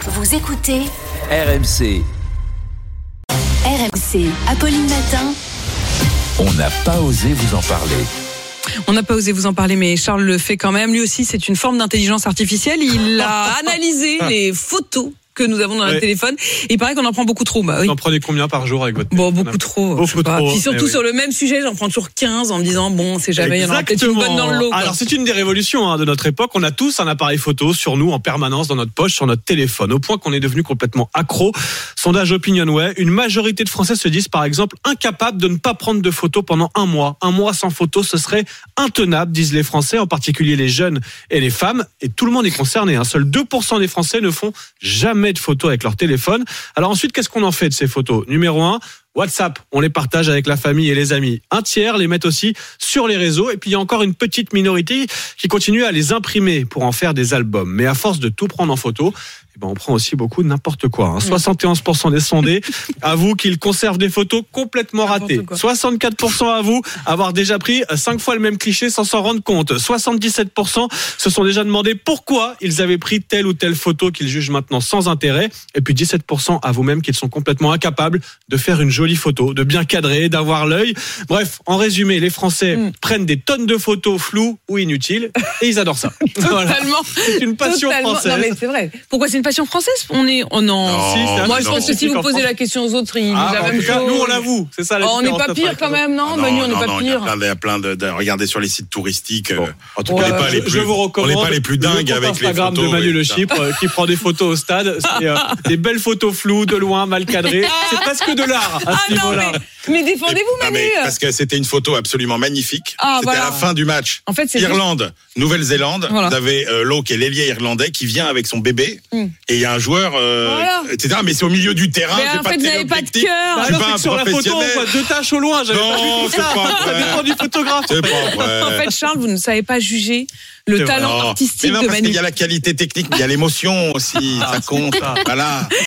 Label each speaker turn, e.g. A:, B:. A: Vous écoutez
B: RMC,
A: RMC. Apolline Matin.
B: on n'a pas osé vous en parler.
C: On n'a pas osé vous en parler, mais Charles le fait quand même. Lui aussi, c'est une forme d'intelligence artificielle. Il a analysé les photos que nous avons dans notre
D: Ouais.
C: téléphone. Il paraît qu'on en prend beaucoup trop. Bah, oui.
D: Vous en prenez combien par jour avec votre
C: Bon,
D: téléphone
C: beaucoup trop.
D: Beaucoup
C: je sais pas.
D: trop,
C: Puis
D: eh
C: surtout
D: oui.
C: sur le même sujet, j'en prends toujours 15 en me disant, bon, c'est jamais, il y en aura peut-être une bonne dans le lot. quoi.
D: Alors c'est une des révolutions hein, de notre époque. On a tous un appareil photo sur nous en permanence, dans notre poche, sur notre téléphone, au point qu'on est devenu complètement accro. Sondage OpinionWay, une majorité de Français se disent par exemple incapables de ne pas prendre de photos pendant un mois. Un mois sans photo, ce serait intenable, disent les Français, en particulier les jeunes et les femmes. Et tout le monde est concerné. Hein. Seuls 2% des Français ne font jamais de photos avec leur téléphone. Alors ensuite, qu'est-ce qu'on en fait de ces photos Numéro un. WhatsApp, on les partage avec la famille et les amis. Un tiers les mettent aussi sur les réseaux. Et puis il y a encore une petite minorité qui continue à les imprimer pour en faire des albums. Mais à force de tout prendre en photo, eh ben, on prend aussi beaucoup de n'importe quoi. hein. 71% des sondés avouent qu'ils conservent des photos complètement ratées.
C: N'importe quoi.
D: 64% avouent avoir déjà pris 5 fois le même cliché sans s'en rendre compte. 77% se sont déjà demandé pourquoi ils avaient pris telle ou telle photo qu'ils jugent maintenant sans intérêt. Et puis 17% avouent même qu'ils sont complètement incapables de faire une jolie photo, de bien cadrer, d'avoir l'œil. Bref, en résumé, les Français
C: Mm.
D: prennent des tonnes de photos floues ou inutiles et ils adorent ça. Voilà.
C: Totalement.
D: C'est une passion
C: totalement-
D: française.
C: Non, mais c'est vrai. Pourquoi c'est une passion française? On est, on en.
D: Si, c'est
C: Oh, Moi, je
D: non.
C: pense que si
D: Scientifique
C: vous
D: en
C: posez
D: France.
C: la question aux autres, ils
D: Ah,
C: disent
D: bah,
C: la
D: en
C: même
D: tout cas,
C: chose.
D: nous on l'avoue, c'est ça la
C: Oh, on n'est
D: différence
C: pas
D: entre
C: pire
D: les
C: quand
D: autres.
C: même, non,
E: Non,
C: Ah, Manu, on n'est
E: non,
C: pas
E: non, il y a
C: pire.
E: plein de- Il y a plein de, de- Regardez sur les sites touristiques.
B: Bon.
E: euh,
D: En tout
C: On
D: cas,
C: n'est pas
D: je,
E: les plus-
D: je vous recommande.
E: on n'est pas les plus dingues
D: le compte
E: avec les
D: Instagram
E: photos,
D: de Manu
E: oui,
D: Le
E: ça.
D: Chypre euh, qui prend des photos au stade. C'est euh, des belles photos floues, de loin, mal cadrées. C'est presque de l'art à
C: Ah
D: ce
C: non,
D: niveau-là.
C: mais, mais
E: Ah,
C: défendez-vous,
E: mais
C: Manu!
E: parce que c'était une photo absolument magnifique.
C: Ah,
E: c'était
C: voilà.
E: à la fin du match.
C: En fait, c'est juste-
E: Irlande, Nouvelle-Zélande.
C: Voilà.
E: Vous avez euh, Lowe, qui est l'ailier irlandais, qui vient avec son bébé.
C: Hmm.
E: Et il y a un joueur, euh,
C: Voilà.
E: etc. Mais c'est au milieu du terrain.
C: Mais
E: Ah, j'ai
C: en fait, vous n'avez pas de
E: téléobjectif.
D: Bah
C: cœur!
E: suis
D: alors,
E: pas
D: c'est
E: un
D: que sur la photo, on
E: professionnel.
D: voit deux taches au loin. j'avais pas
E: Non,
D: vu
E: c'est
D: ça.
E: pas
D: Ça
E: vrai.
D: dépend du photographe.
E: C'est pas vrai.
C: En fait, Charles, vous ne savez pas juger le
D: C'est
C: talent
E: Non.
C: artistique
E: Oh. Mais non,
C: de
E: parce qu'il
C: Manu. Ah,
E: y a la qualité technique, mais il y a l'émotion aussi, ça compte.
D: ça.
E: Voilà.